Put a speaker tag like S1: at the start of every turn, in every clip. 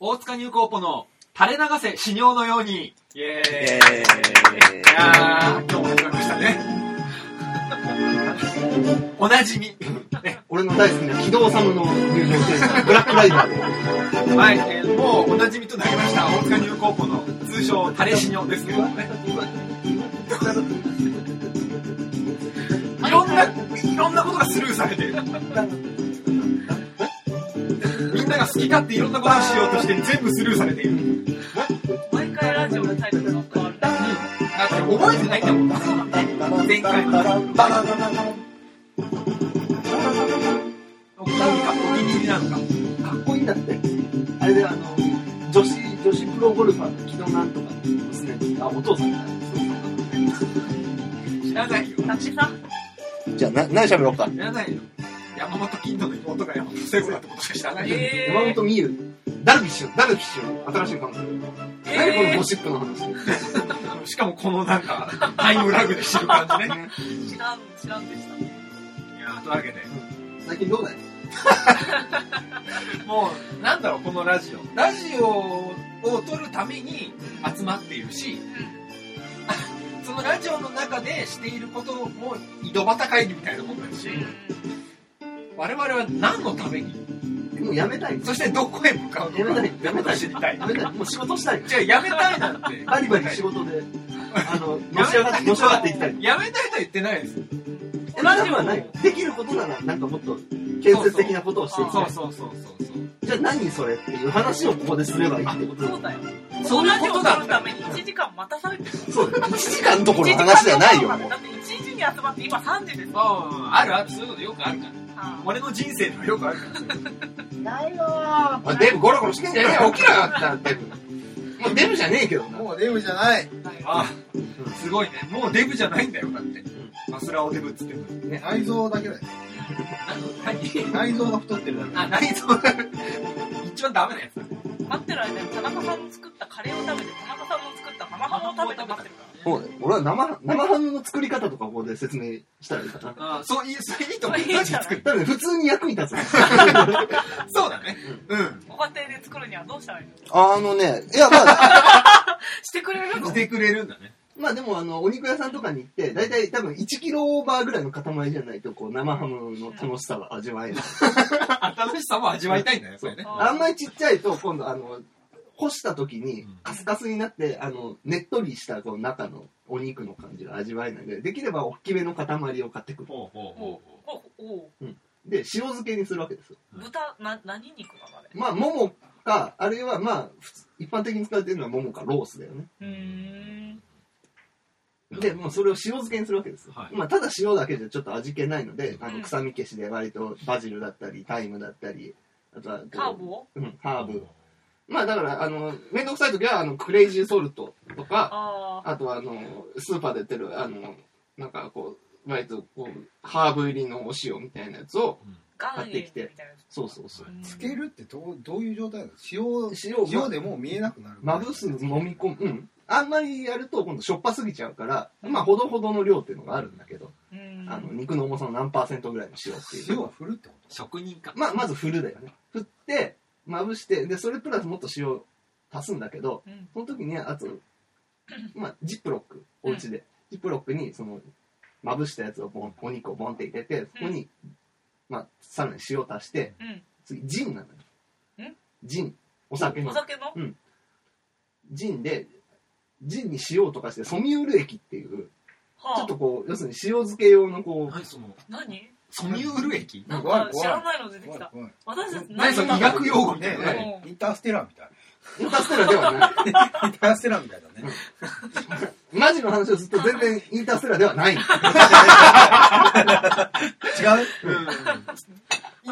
S1: 大塚入高ポの垂れ流せ死尿のように。イエーイ。
S2: え
S1: いやー、今日も始まりましたね。 おなじみ。
S2: ー、俺の大好きな木戸治虫の入場テーマ、ブラックライダーで。
S1: はい、えーもうおなじみとなりました、大塚入高校の通称、タレシニョですけどもね。いろんな、いろんなことがスルーされてる。みんなが好き勝手いろんなことをしようとして全部スルーされている。
S3: 毎回ラジオのタイトルが変わる。
S1: だって覚えてないんだもん。
S3: そうだね。
S1: 前回の。お気に入りなのか。
S2: かっこいいんだって。あれで、あの、女子、女子プロゴルファーの木戸なんとかの娘あ、お父さんだ。
S1: 知らないよ。
S3: たちさん、
S4: じゃあ、な、何喋ろうか。
S1: 知らないよ。山本金土の妹が山本聖子だってことしか知らないよ。
S3: え
S2: 山本美優。ダルビッシュ、ダルビッシュの新しい彼女。何このゴシップの話。
S1: しかもこのなんか、タイムラグで知る感じね。
S3: ー、知らん、知らんでした。
S1: いやーというわけで、
S2: 最近どうだい
S1: もう、なんだろう、このラジオ。ラジオを撮るために集まっているし、そのラジオの中でしていることも井戸端会議みたいなもんだし、我々は何のために、
S2: もうやめたい。
S1: そしてどこへ向かうのか、
S2: やめたいやめたい
S1: 知りたい
S2: や。めたい。もう仕事したい。
S1: じゃあやめたいなんて。
S2: バリバリ仕事で、あ
S1: や
S2: の、の
S1: め
S2: した上
S1: い
S2: がって、のし上がっていきたい。
S1: やめたいとは言ってないです。
S2: 同じはない。できることなら、なんかもっと建設的なことをしていきた
S1: そ。
S2: いう
S1: そうそうそうそう。
S2: じゃあ何それっていう話をここですればいいってこ
S3: そう
S2: と
S3: だよ。
S1: そういう
S3: ラジ
S1: こ
S3: オ
S1: と
S3: を
S1: だ
S3: 撮るために1時間待たされてる。
S2: そうだよ。
S4: 1時間どころの話じゃないよ、もう
S3: だ。って1時に集まって今3時ですよ。
S1: ああ、あるある、そういうことよくあるから。
S3: は
S1: 俺の人生ではよくあるから。
S3: いないよー。
S2: あデブゴロゴロしてんじゃねえよ。起きなかった、デブ。もうデブじゃねえけどな。
S5: もうデブじゃない。
S1: あすごいね。もうデブじゃないんだよ、だって。マスラオデブっつっても。
S5: 内臓だけだよ。
S1: 何
S5: 内臓が太ってるだけ。
S1: あ、何それ。一番ダメなやつだ。
S3: 待ってる間に田中さんの作ったカレーを食べて、田中さんの作った生ハムを食べて待ってるからね。
S2: そうだよ 俺は生、生ハムの作り方とかここで説明したらいいかな。
S1: あそういい、それいいと思う。
S3: それいいじゃない
S2: 多分普通に役に立つ。
S1: そうだね。うん。
S3: ご家庭で作るにはどうしたらいいの
S4: あのね、いや、まあ、
S3: してくれるの
S1: してくれるんだね。
S2: まあでもあの、お肉屋さんとかに行って、だいたい多分1キロオーバーぐらいの塊じゃないと、こう、生ハムの楽しさは味わえない。
S1: 楽しさも味わいたいんだよ、それね。
S2: あんまりちっちゃいと、今度あの、干した時にカスカスになって、あの、ねっとりしたこの中のお肉の感じが味わえないので、できれば大きめの塊を買ってくる。
S1: ほうほうほう
S3: おお
S2: で、塩漬けにするわけですよ。
S3: 豚、な、何肉なのあれ。
S2: まあ、ももか、あるいはまあ、普通一般的に使ってるのはももかロースだよね。
S3: うーん。
S2: で、もうそれを塩漬けにするわけですよ。
S1: はい
S2: まあ、ただ塩だけじゃちょっと味気ないので、あ
S3: う
S2: の、
S3: ん
S2: 臭み消しで割とバジルだったり、タイムだったり、あとはこう、
S3: ハーブを
S2: うん、ハーブ。まあ、だから、あの、めんどくさい時は、あの、クレイジーソルトとか、
S3: ああ。
S2: あとはあのスーパーで売ってるあのなんかこう割とこうハーブ入りのお塩みたいなやつを
S3: 岩塩みたい
S2: そうそうそう
S3: な。
S5: つけるってどうどういう状態なの塩、
S2: 塩
S5: 塩でもう見えなくなる。
S2: まぶす飲み込む、うん、あんまりやると今度しょっぱすぎちゃうからまあほどほどの量っていうのがあるんだけど、
S3: うん。
S2: あの肉の重さの何パーセントぐらいの塩っていう
S5: 塩は振るってこ
S1: 職人か。
S2: まあまず振るだよね振ってまぶしてでそれプラスもっと塩足すんだけど
S3: うん
S2: その時に あと、まあ、ジップロックお家で、ジップロックにそのまぶしたやつをボンお肉をボンって入れてそこに、まあ、さらに塩足して
S3: うん
S2: 次ジンなのよ
S3: ん
S2: ジンお酒
S3: お
S2: の
S3: 酒の
S2: ジンでジンに塩とかしてソミュール液っていうちょ
S3: は
S2: っ
S3: あ
S2: とこう要するに塩漬け用のこう
S1: 何その、
S3: 何
S1: ソミュール液
S3: なん
S5: 怖
S3: か
S5: い怖い
S3: 知らないの出
S5: と
S3: てきた。
S5: 怖い
S3: 私たち
S1: 何その医学用語みたいな
S5: 怖い
S1: ね。
S5: ねインターステラーみたい。
S2: インターステラーではない
S5: インターステラーみたいだね。
S2: マジの話をすると全然インターステラーではない
S1: うん。
S5: 違う
S1: イン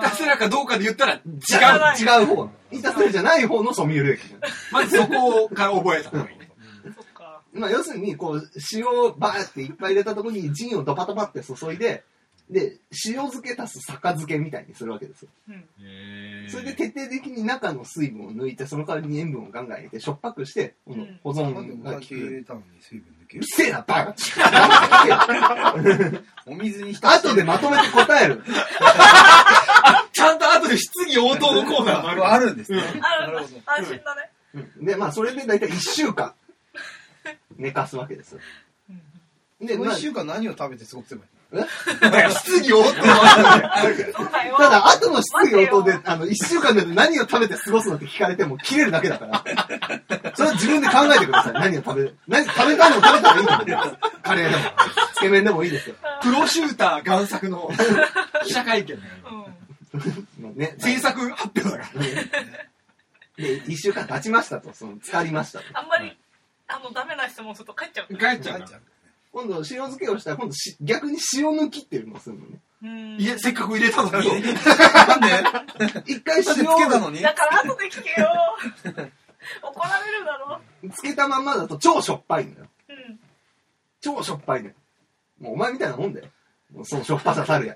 S1: ターステラーかどうかで言ったら違う。
S3: あ
S2: 違う違う方インターステラーじゃない方のソミュール液
S1: まずそこから覚えた方がいいね。
S3: そっか。
S2: まあ、要するに、こう、塩をバーっていっぱい入れたところにジンをドパドパって注いで、で、塩漬け足す酒漬けみたいにするわけですよ。
S3: うん。
S1: へー
S2: それで徹底的に中の水分を抜いて、その代わりに塩分をガンガン入れて、しょっぱくして、この
S3: うん
S2: 保
S5: なんで
S2: 存
S5: お
S2: が効
S5: 酒入
S2: く。
S5: れたのに水分抜け
S2: う
S5: る
S2: るせえな、バカ
S5: お水に浸して
S2: 後でまとめて答える。
S1: ちゃんと後で質疑に応答のコーナーもある
S5: あるんですね。
S3: あ
S5: な
S3: る
S5: る
S3: ん
S5: ほど
S3: だ。安心だね。
S2: うんで、まあ、それで大体1週間、寝かすわけですよ。で、
S5: この
S2: まあ
S5: 1、週間何を食べて過ごせばいい
S1: から質疑応答
S3: そうだよ。
S2: ただ、後の質疑応答で
S3: 待、
S2: あの、1週間で何を食べて過ごすのって聞かれても、切れるだけだから。それは自分で考えてください。何を食べ、何、食べたいの食べたらいいと思います。カレーでも、つけ麺でもいいですよ。
S1: プロシューター贋作の記者会見
S3: てよ
S2: まあね。
S1: 制作発表だから
S2: で、1週間経ちましたと、その、疲れましたと。
S3: うんあんまり、あの、ダメな質問すると帰っちゃう。
S1: 帰っ
S5: の
S1: ちゃう
S5: 帰
S1: か
S5: っちゃ
S1: ら
S5: う
S2: 今度、塩漬けをしたら、今度し、逆に塩抜きっていうのをするのね。
S3: うん。
S1: いやせっかく入れたのに
S5: なんで
S2: 一回
S5: なんで
S2: 塩
S5: つけた
S2: を
S5: のに
S3: だから後で聞けよ。怒られるだろ。
S2: つけたまんまだと超しょっぱいのよ。
S3: うん。
S2: 超しょっぱいのよ。もうお前みたいなもんだよ。もうそのしょっぱさたるや。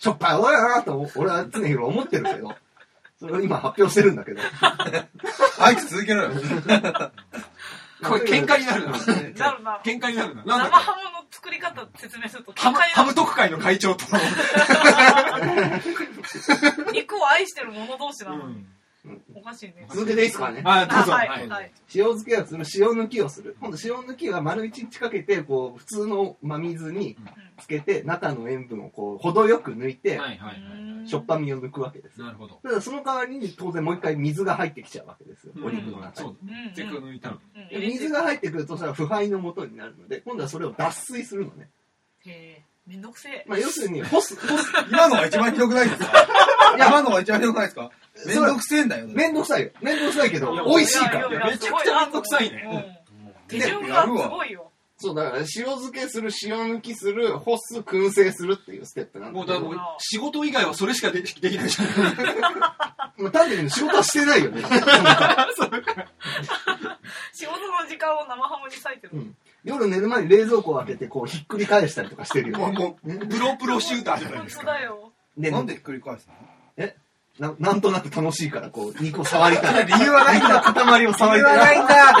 S2: しょっぱい俺やなと俺は常日頃思ってるけど、それを今発表してるんだけど。
S5: あいつ続けろよ。
S1: これ喧嘩になるな
S3: なるな。
S1: 喧嘩になるななん
S3: 生
S1: だこれ
S3: ハムの作り方説明すると、
S1: ハム
S3: 喧嘩になる
S1: ハム特会の会長と、
S3: 肉を愛してる者同士な
S1: う
S3: のに。
S1: ん、
S3: おかしいね。
S2: 続けていいですかね。
S1: あどう
S3: あ、
S1: ぞ
S3: はい、
S1: はい
S3: はい。
S2: 塩漬けはする、塩抜きをする。今度塩抜きは丸一日かけて、こう、普通の真水につけて、中の塩分をこう、程よく抜いて、
S1: はいはいうは
S3: ん
S2: しょっぱみを抜くわけです。
S1: いなるほど
S2: ただその代わりに当然もう一回水が入ってきちゃうわけですよ、お肉の
S1: そ
S2: 中に。
S1: う
S3: うんうん
S1: せっかく抜いたの
S3: うん
S2: で水が入ってくるとそれは腐敗のもとになるので、今度はそれを脱水するのね。
S3: へえ、めんどくせえ。
S2: まあ要するに干す、干す、
S5: 今のが一番ひどくないですか
S2: いや
S5: 今のが一番ひどくないですかめんどくせえんだよ。
S2: めんどくさいよ。めんどくさいけど
S1: いや、
S2: 美味しいから
S1: や
S2: ね。
S1: やめちゃくちゃめんどくさいね。
S3: うん手順がすごいよ。
S2: そう、だから塩漬けする、塩抜きする、干す、燻製するっていうステップなんだ
S1: もう
S2: け
S1: だ
S2: ど、
S1: もう
S2: ま
S1: 仕事以外はそれしかでできないじゃん
S2: あ単純に仕事はしてないよね。
S3: 仕事の時間を生ハムに割いて
S2: う
S3: る。
S2: ん夜寝る前に冷蔵庫を開けて、こうひっくり返したりとかしてるよ
S1: もう
S2: ね。
S1: もうプロプロシューターじゃない
S3: 本
S1: です
S3: 当
S1: か
S3: だよ。
S2: で、
S5: なんでひっくり返すの
S2: ななんとなく楽しいから、こう、肉を触りたい。
S5: 理由はないんだ
S2: 肉の塊を触りたい。
S5: んだ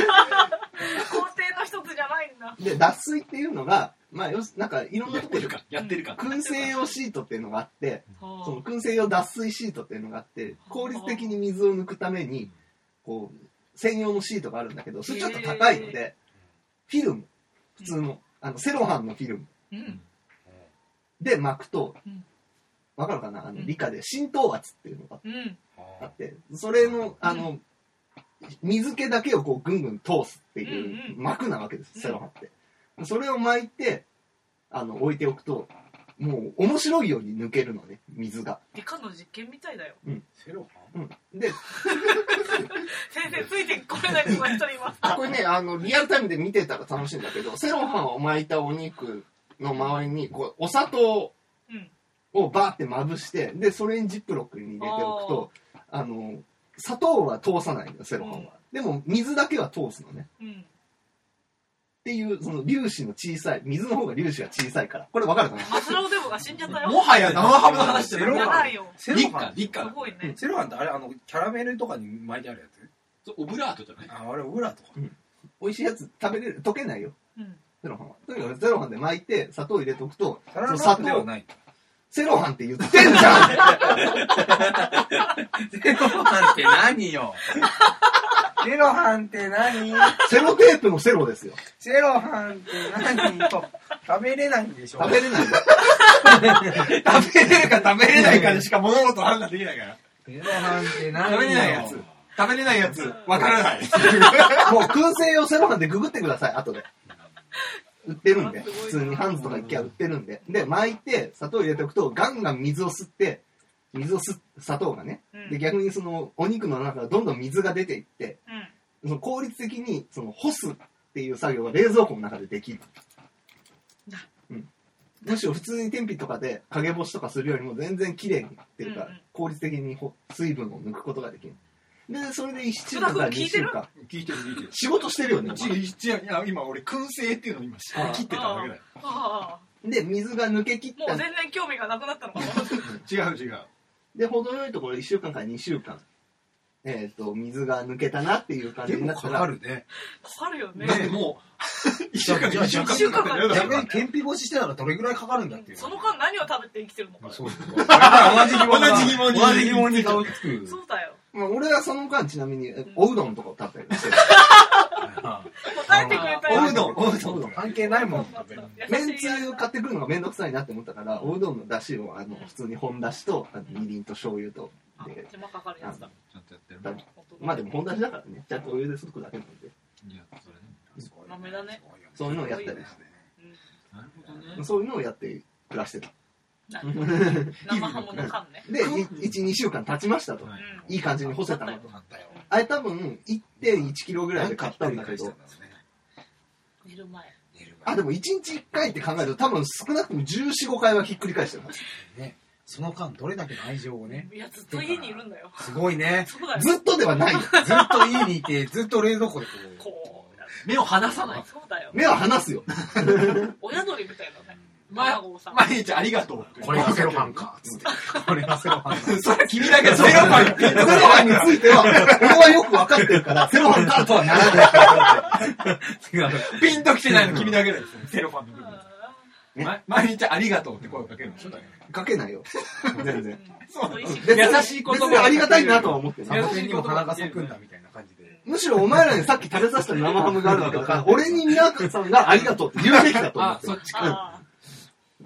S3: 工程の一つじゃないんだ。
S2: で、脱水っていうのが、まあ、よし、なんか、いろんな
S1: や
S2: と
S1: って
S2: こで
S1: る、かやってるか
S2: 燻製用シートっていうのがあって、その
S3: そ
S2: 燻製用脱水シートっていうのがあって、効率的に水を抜くために、こう、専用のシートがあるんだけど、それちょっと高いので、フィルム、普通の、あの、セロハンのフィルム
S3: う。うん。
S2: で巻くと
S3: うん、
S2: わかるかなあの、
S3: うん
S2: 理科で浸透圧っていうのが
S3: うん。
S2: あって、それの、あの、水気だけをこうぐんぐん通すっていう
S3: うん
S2: 膜なわけです、セロハンって。それを巻いて、あの、置いておくと、もう面白いように抜けるのね、水が。
S3: 理科の実験みたいだよ。
S5: セロ
S2: うん。で、
S3: 先生ついてこれない子が一人います。
S2: これね、あの、リアルタイムで見てたら楽しいんだけど、セロハンを巻いたお肉の周りに、こう、お砂糖
S3: うん。
S2: をバーってまぶして、で、それにジップロックに入れておくと、あの、砂糖は通さないのよ、セロハンは。でも、水だけは通すのね。
S3: うん。
S2: っていう、その粒子の小さい、水の方が粒子が小さいから。これわかるかな
S3: マスローデブが死んじゃったよ。
S1: もはや生ハムの話じゃ
S5: セロ
S3: じゃ
S1: な
S5: ハ
S1: い
S3: ないよ。
S5: セ
S1: リ
S5: ロ
S1: ッカ
S5: ハン
S1: リッ
S3: す
S1: カ
S3: ごいね。
S5: セロハンってあれ、あの、キャラメルとかに巻いてあるやつ
S1: そうオブラートじゃない
S5: あ、あれ、オブラとか。
S2: 美味しいやつ食べれる、溶けないよ。
S3: うん。
S2: セロハンは。とにかくセロハンで巻いて、砂糖入れておくと、
S5: サラダ
S2: その
S5: ラップではない。
S2: セロハンって言ってんじゃん
S5: セロハンって何よセロハンって何
S2: セロテープのセロですよ。
S5: セロハンって何よ食べれないんでしょ
S2: 食べれないよ。
S1: 食べれるか食べれないかでしか物事判断できないから
S5: セロハンって何よ
S1: 食べれないやつ食べれないやつわからない
S2: もう燻製用セロハンでググってください、後で。売ってるんで、
S3: あすごいな
S2: 普通にハンズとか一軒は売ってるんで。で、巻いて、砂糖入れておくと、ガンガン水を吸って、水を吸っ、砂糖がね。
S3: うん。う
S2: で、
S3: ん。
S2: 逆にその、お肉の中からどんどん水が出ていって、その効率的にその干すっていう作業が冷蔵庫の中でできる
S3: な。
S2: うんむしろ普通に天日とかで陰干しとかするよりも全然綺麗にっていうか、
S3: うんうん
S2: 効率的にほ水分を抜くことができる。で、それで1週間
S3: 福
S2: か
S3: 田
S2: ら
S3: 君
S2: 2
S3: 聞いて
S2: 週
S3: る
S2: 間。
S1: 聞いてる聞いてる
S2: 仕事してるよね。
S1: ちちいや今俺燻製っていうのを今知り切ってただけだよ
S3: ああ。
S2: で、水が抜けきっ
S3: もう
S2: た
S3: 全。然興味がなくなったのかな。
S1: 違う違う
S2: で、程よいところ1週間から2週間。えっ、と、水が抜けたなっていう感じ
S5: で
S2: にな
S5: も
S2: った、
S5: からかるね。
S3: かかるよね
S1: だってもう、一週間、
S5: じゃあ
S1: 一週間
S5: 一
S3: 週間
S1: だよだ
S5: 逆
S1: から
S5: に天日干ししてたらどれぐらいかかるんだっていう。
S3: その間何を食べて生きてるのか
S5: そうそう同じ疑問が
S1: 同じ疑問に
S5: 同じ疑問に顔つく。
S3: そうだよ
S2: まあ、俺はその間ちなみに、おうどんとかを食べたりしてる。
S3: 答えてくれたよ
S1: おうどん、おうどん。
S5: 関係ないもん。
S2: めんつゆ買ってくるのがめんどくさいなって思ったから、おうどんの出汁をあの普通に本出汁と、あとみりんと醤油と。
S3: あ
S2: で
S3: 手間かかるやつだ
S1: ちょっとやってる
S2: だ
S3: 本当だ
S2: まあでも本出汁だからね、ちゃんとお湯ですくだけなんで、
S1: いや、それね。
S3: ダメだね
S2: そういうのをやったり
S3: うん
S1: なるほどね。
S2: そういうのをやって暮らしてた。
S3: なるほど生ハムの缶ね
S2: で、1、2週間経ちましたと。
S1: はい
S3: うん
S2: いい感じに干せたなと。
S5: なんだよ。
S2: あれ多分1.1キロぐらいで買ったんだけど、
S3: 寝る前
S5: 寝る
S2: あ、
S5: 前
S2: でも1日1回って考えると多分少なくとも14、5回はひっくり返してるはず。
S5: ね。その間、どれだけの愛情をね。
S3: いやずっと家にいるんだよ
S5: すごいね。
S3: そうだよ
S2: ずっとではないよ。
S5: ずっと家にいて、ずっと冷蔵庫でこ
S3: こう
S1: 目を離さない。
S3: そうだよ
S2: 目は離すよ。
S3: 親鳥みたいだね
S1: まあ
S3: 卵をさ、
S1: 毎日ありがと う。
S5: う。これがセロハンか。つって。これがセロハンだ。
S1: それ君だけセロハンって
S2: セロハンについては、俺はよく分かってるから、セロハンだとはならない。
S5: 違う。
S1: ピンときてないの君だけだ よ。セロハンの
S3: う
S1: 部分。
S3: ん
S1: ま毎日ありがとうって声をかけるの。
S2: かけないよ。全然。
S1: そう
S3: 美味しく
S1: 優
S2: 別に
S1: しい言
S2: 別
S1: 葉
S2: にありがたいなとは思って
S5: サ
S2: ない。
S5: ボテンにも花が咲くんだみたいな感じで。
S2: むしろお前らにさっき食べさせた生ハムがあるわけ だから、俺に皆さんがありがとうって言うべきだと思
S1: あ
S2: っ、て
S1: そ。っちか。
S3: あ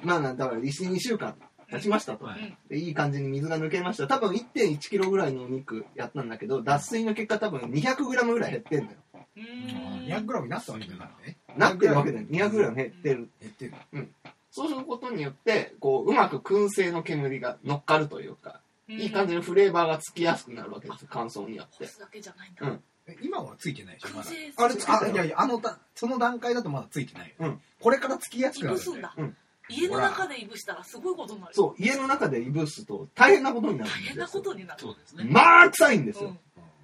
S2: まあ、だから1、2週間経ちましたと。
S1: はい
S2: でいい感じに水が抜けました。多分1.1キロぐらいのお肉やったんだけど、脱水の結果多分200グラムぐらい減ってんだよ。
S3: ーう
S5: 200
S3: ーん
S5: グラムになったわけだからね。
S2: なってるわけだよ。200グラム減ってる。
S5: 減ってる。
S2: そうすることによって、こう、うまく燻製の煙が乗っかるというか、いい感じ
S3: うん
S2: のフレーバーがつきやすくなるわけですよ。乾燥によっ
S3: 干
S2: て。
S3: すだけじゃないんだ
S2: うん
S5: 今はついてないでしょ、まだ。
S3: 燻製
S2: あれつけた
S5: あ
S2: よ
S5: いやいや、あのだ、その段階だとまだついてない
S2: う
S5: よね。
S2: ん
S5: これからつきやすく
S3: い
S5: な
S3: ぶ
S5: る
S3: すんだ、
S2: うん
S3: 家の中でいぶしたらすごいことになる
S2: そう、家の中でいぶすと大変なことになるんです
S3: 大
S2: よ。
S3: 変なことになる
S1: そうですね。
S2: まあ、臭いんですよ。
S3: うん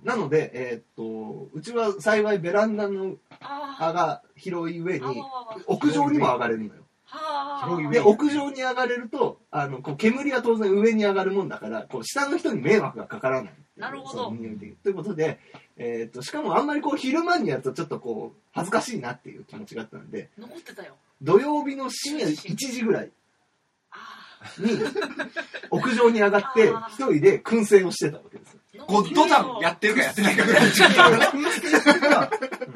S2: なので、えーっと、うちは幸いベランダの
S3: あ
S2: 葉が広い上
S3: ーあわ
S2: に、
S3: わわ
S2: 屋上にも上がれるのよ。
S3: は
S5: 広い
S3: あ
S2: で、屋上に上がれると、あの、こう、煙は当然上に上がるもんだから、こう、下の人に迷惑がかからない。
S3: なるほど
S2: その匂いでということで、えーっと、しかもあんまりこう、昼間にやるとちょっとこう、恥ずかしいなっていう気持ちがあったので、
S3: 残ってたよ
S2: 土曜日の深夜1時ぐらい
S3: あ
S2: に、屋上に上がって、一人で燻製をしてたわけですよ。
S3: ー
S1: ゴッドタンやってるかやってないかぐらい。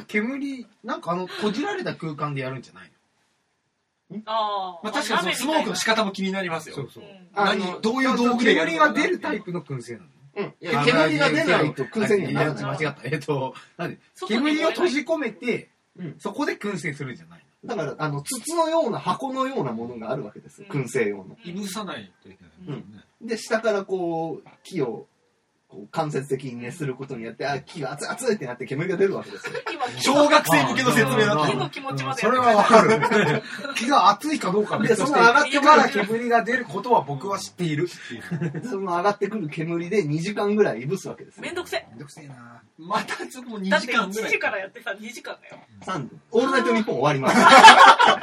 S5: 煙、なんかあの、閉じられた空間でやるんじゃない
S3: あー、
S1: まあ 確かにそのスモークの仕方も気になります
S5: の
S1: よ。
S5: う
S3: うん
S2: あ
S1: 何
S2: の
S1: どう
S5: こう
S1: い
S5: いうう
S1: 道
S5: 道
S1: 具
S5: 具
S1: で
S5: で
S1: や
S5: や
S1: る
S5: る
S1: の
S5: の
S1: か
S5: か煙が出るタイプの燻製なの
S2: うん。いや煙が出ないと燻製にはならない。
S5: や間違った。えっと、なんで、
S3: 外に燃えない
S5: 煙を閉じ込めて
S2: うん、
S5: そこで燻製するんじゃない
S2: だから、あの、筒のような箱のようなものがあるわけです。
S3: うん
S2: 燻製用の。
S1: いぶさないといけないもんね。
S2: で、下からこう、木を、こう、間接的に熱することによって、あ、木が熱い熱いってなって煙が出るわけですよ。
S3: 今
S1: 小学生向けの説明だ
S5: あ
S1: っ
S5: ー
S1: た
S3: 火。の気持ちまで
S5: それはわかる。 気が熱いかどうかは別とし
S2: で
S5: て、
S2: その上がって
S5: 火から煙が出ることは僕は知っている。
S2: その上がってくる煙で2時間ぐらいいぶすわけですよ
S3: めん。どくせ
S5: めんどくせえな
S1: またちょっともう
S3: だ
S1: 2
S3: っ
S1: 時
S3: て
S1: 間
S3: 1
S1: ぐら
S3: 時
S1: い。
S3: からやってさ2時間だよ
S2: 3、オールナイトニッポン終わります。だ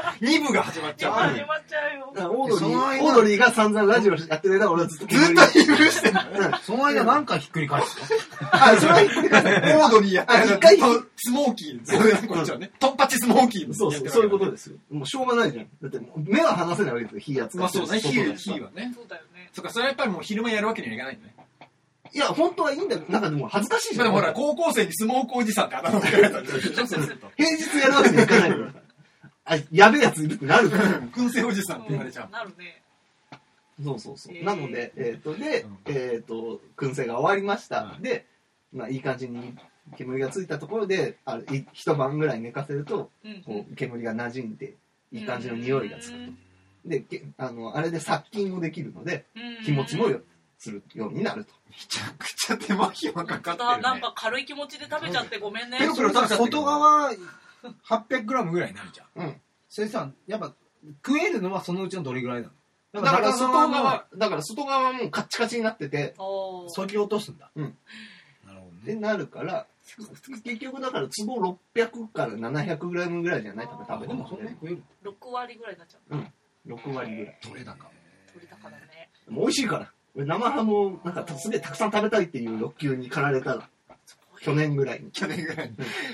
S2: か
S1: 2部が始まっち
S3: 始
S1: ゃう。
S3: まっちゃうよ
S2: らオードリ
S5: その
S2: ー、
S5: 間
S2: オードリーが散々ラジオやってる間、俺はずっと煙が。ずっといぶしてる。
S5: その間何回ひっくり返す
S2: あ、それはひっくり返す。
S1: オードリーやって
S2: あ一回
S1: スモーキー。そういうことね。トンパチスモーキー。
S2: そうそう、そういうことですよ。もうしょうがないじゃん。だってもう目は離せないわけですよ、火やつ
S1: まあそうね、火火はね。
S3: そうだよね
S1: そっか、それはやっぱりもう昼間やるわけにはいかないんだね。
S2: いや、本当はいいんだよ。なんかでも恥ずかしいじ
S1: ま
S2: ゃ
S1: あ
S2: ん。
S1: でもほら、高校生にスモークおじさんってあだ名つけられたんで、そうすると。
S2: 平日やるわけにいかないから。あ、やべえやついるってなるから。
S1: 燻製おじさんって言われちゃう。
S3: なるね
S2: そうそうそう。
S3: えー
S2: なので、えっ、と、で
S1: うん、
S2: えっ、と、燻製が終わりました。
S1: はい
S2: で、まあ、いい感じに煙がついたところで、あれい一晩ぐらい寝かせると、
S3: うん
S2: こう、煙が馴染んで、いい感じの匂いがつくと。で、けあの、あれで殺菌もできるので、気持ちもよ、するようになると。
S1: めちゃくちゃ手間暇かかって
S3: だ
S1: る、
S3: なん
S1: ね。
S3: か軽い気持ちで食べちゃってごめんね
S1: ペロペロ食べちゃってる
S5: 外側 800g ぐらいになるじゃん。
S2: うん
S5: それさ、やっぱ食えるのはそのうちのどれぐらいなの
S2: だから
S5: 中
S2: 外
S5: の
S2: 側、だから外側はもうカッチカチになってて、
S3: おー
S5: 削ぎ落とすんだ。
S2: うん
S5: なるほど
S2: で、
S5: ね。
S2: なるから、結局だから、壺600から700グラムぐらいじゃない多分食べ
S5: で
S2: て
S5: も
S2: も
S5: そんなに食える
S3: 6割ぐらいになっちゃう
S2: 6割ぐらい。
S5: どれだか。
S3: 取れたからね
S2: でも美味しいから。俺生ハムをなんかすげえたくさん食べたいっていう欲求に駆られたら去年ぐらいに
S1: 去年ぐらい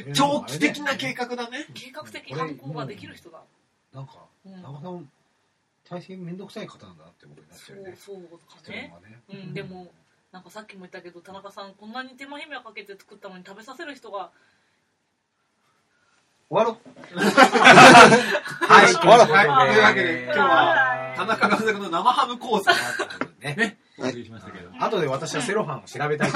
S1: に長期的な計画だね
S3: 計画的観光ができる人だ。
S5: なんか
S3: うん
S5: 長さん大変面倒くさい方なんだなってことになっち
S3: そ
S5: ゃう
S3: う
S5: よね
S3: そうかね。
S5: そういうのがね
S3: うん、でも、なんかさっきも言ったけど、田中さん、こんなに手間暇かけて作ったのに食べさせる人が、
S2: 終わろう
S1: はい
S4: わら
S1: はいというわけで今日は
S3: は
S1: 田中和作の生ハム講座ねお
S4: はい
S1: 送りしましたけど
S6: 後で私はセロハンを調べたい。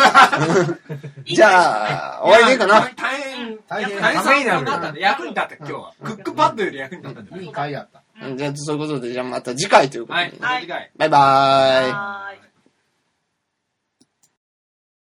S4: じゃあ、終わりでいいかな。
S1: 大変
S6: 大変
S1: 大変
S6: ためになる
S1: 参考になったね役に立った今日はクックパッドより役に立ったんじゃない
S6: いい回やった。
S4: じゃあ、そういうことで、じゃあまた次回ということ
S1: はい
S4: で。
S1: また次回
S4: バイバーイ。
S3: はーい。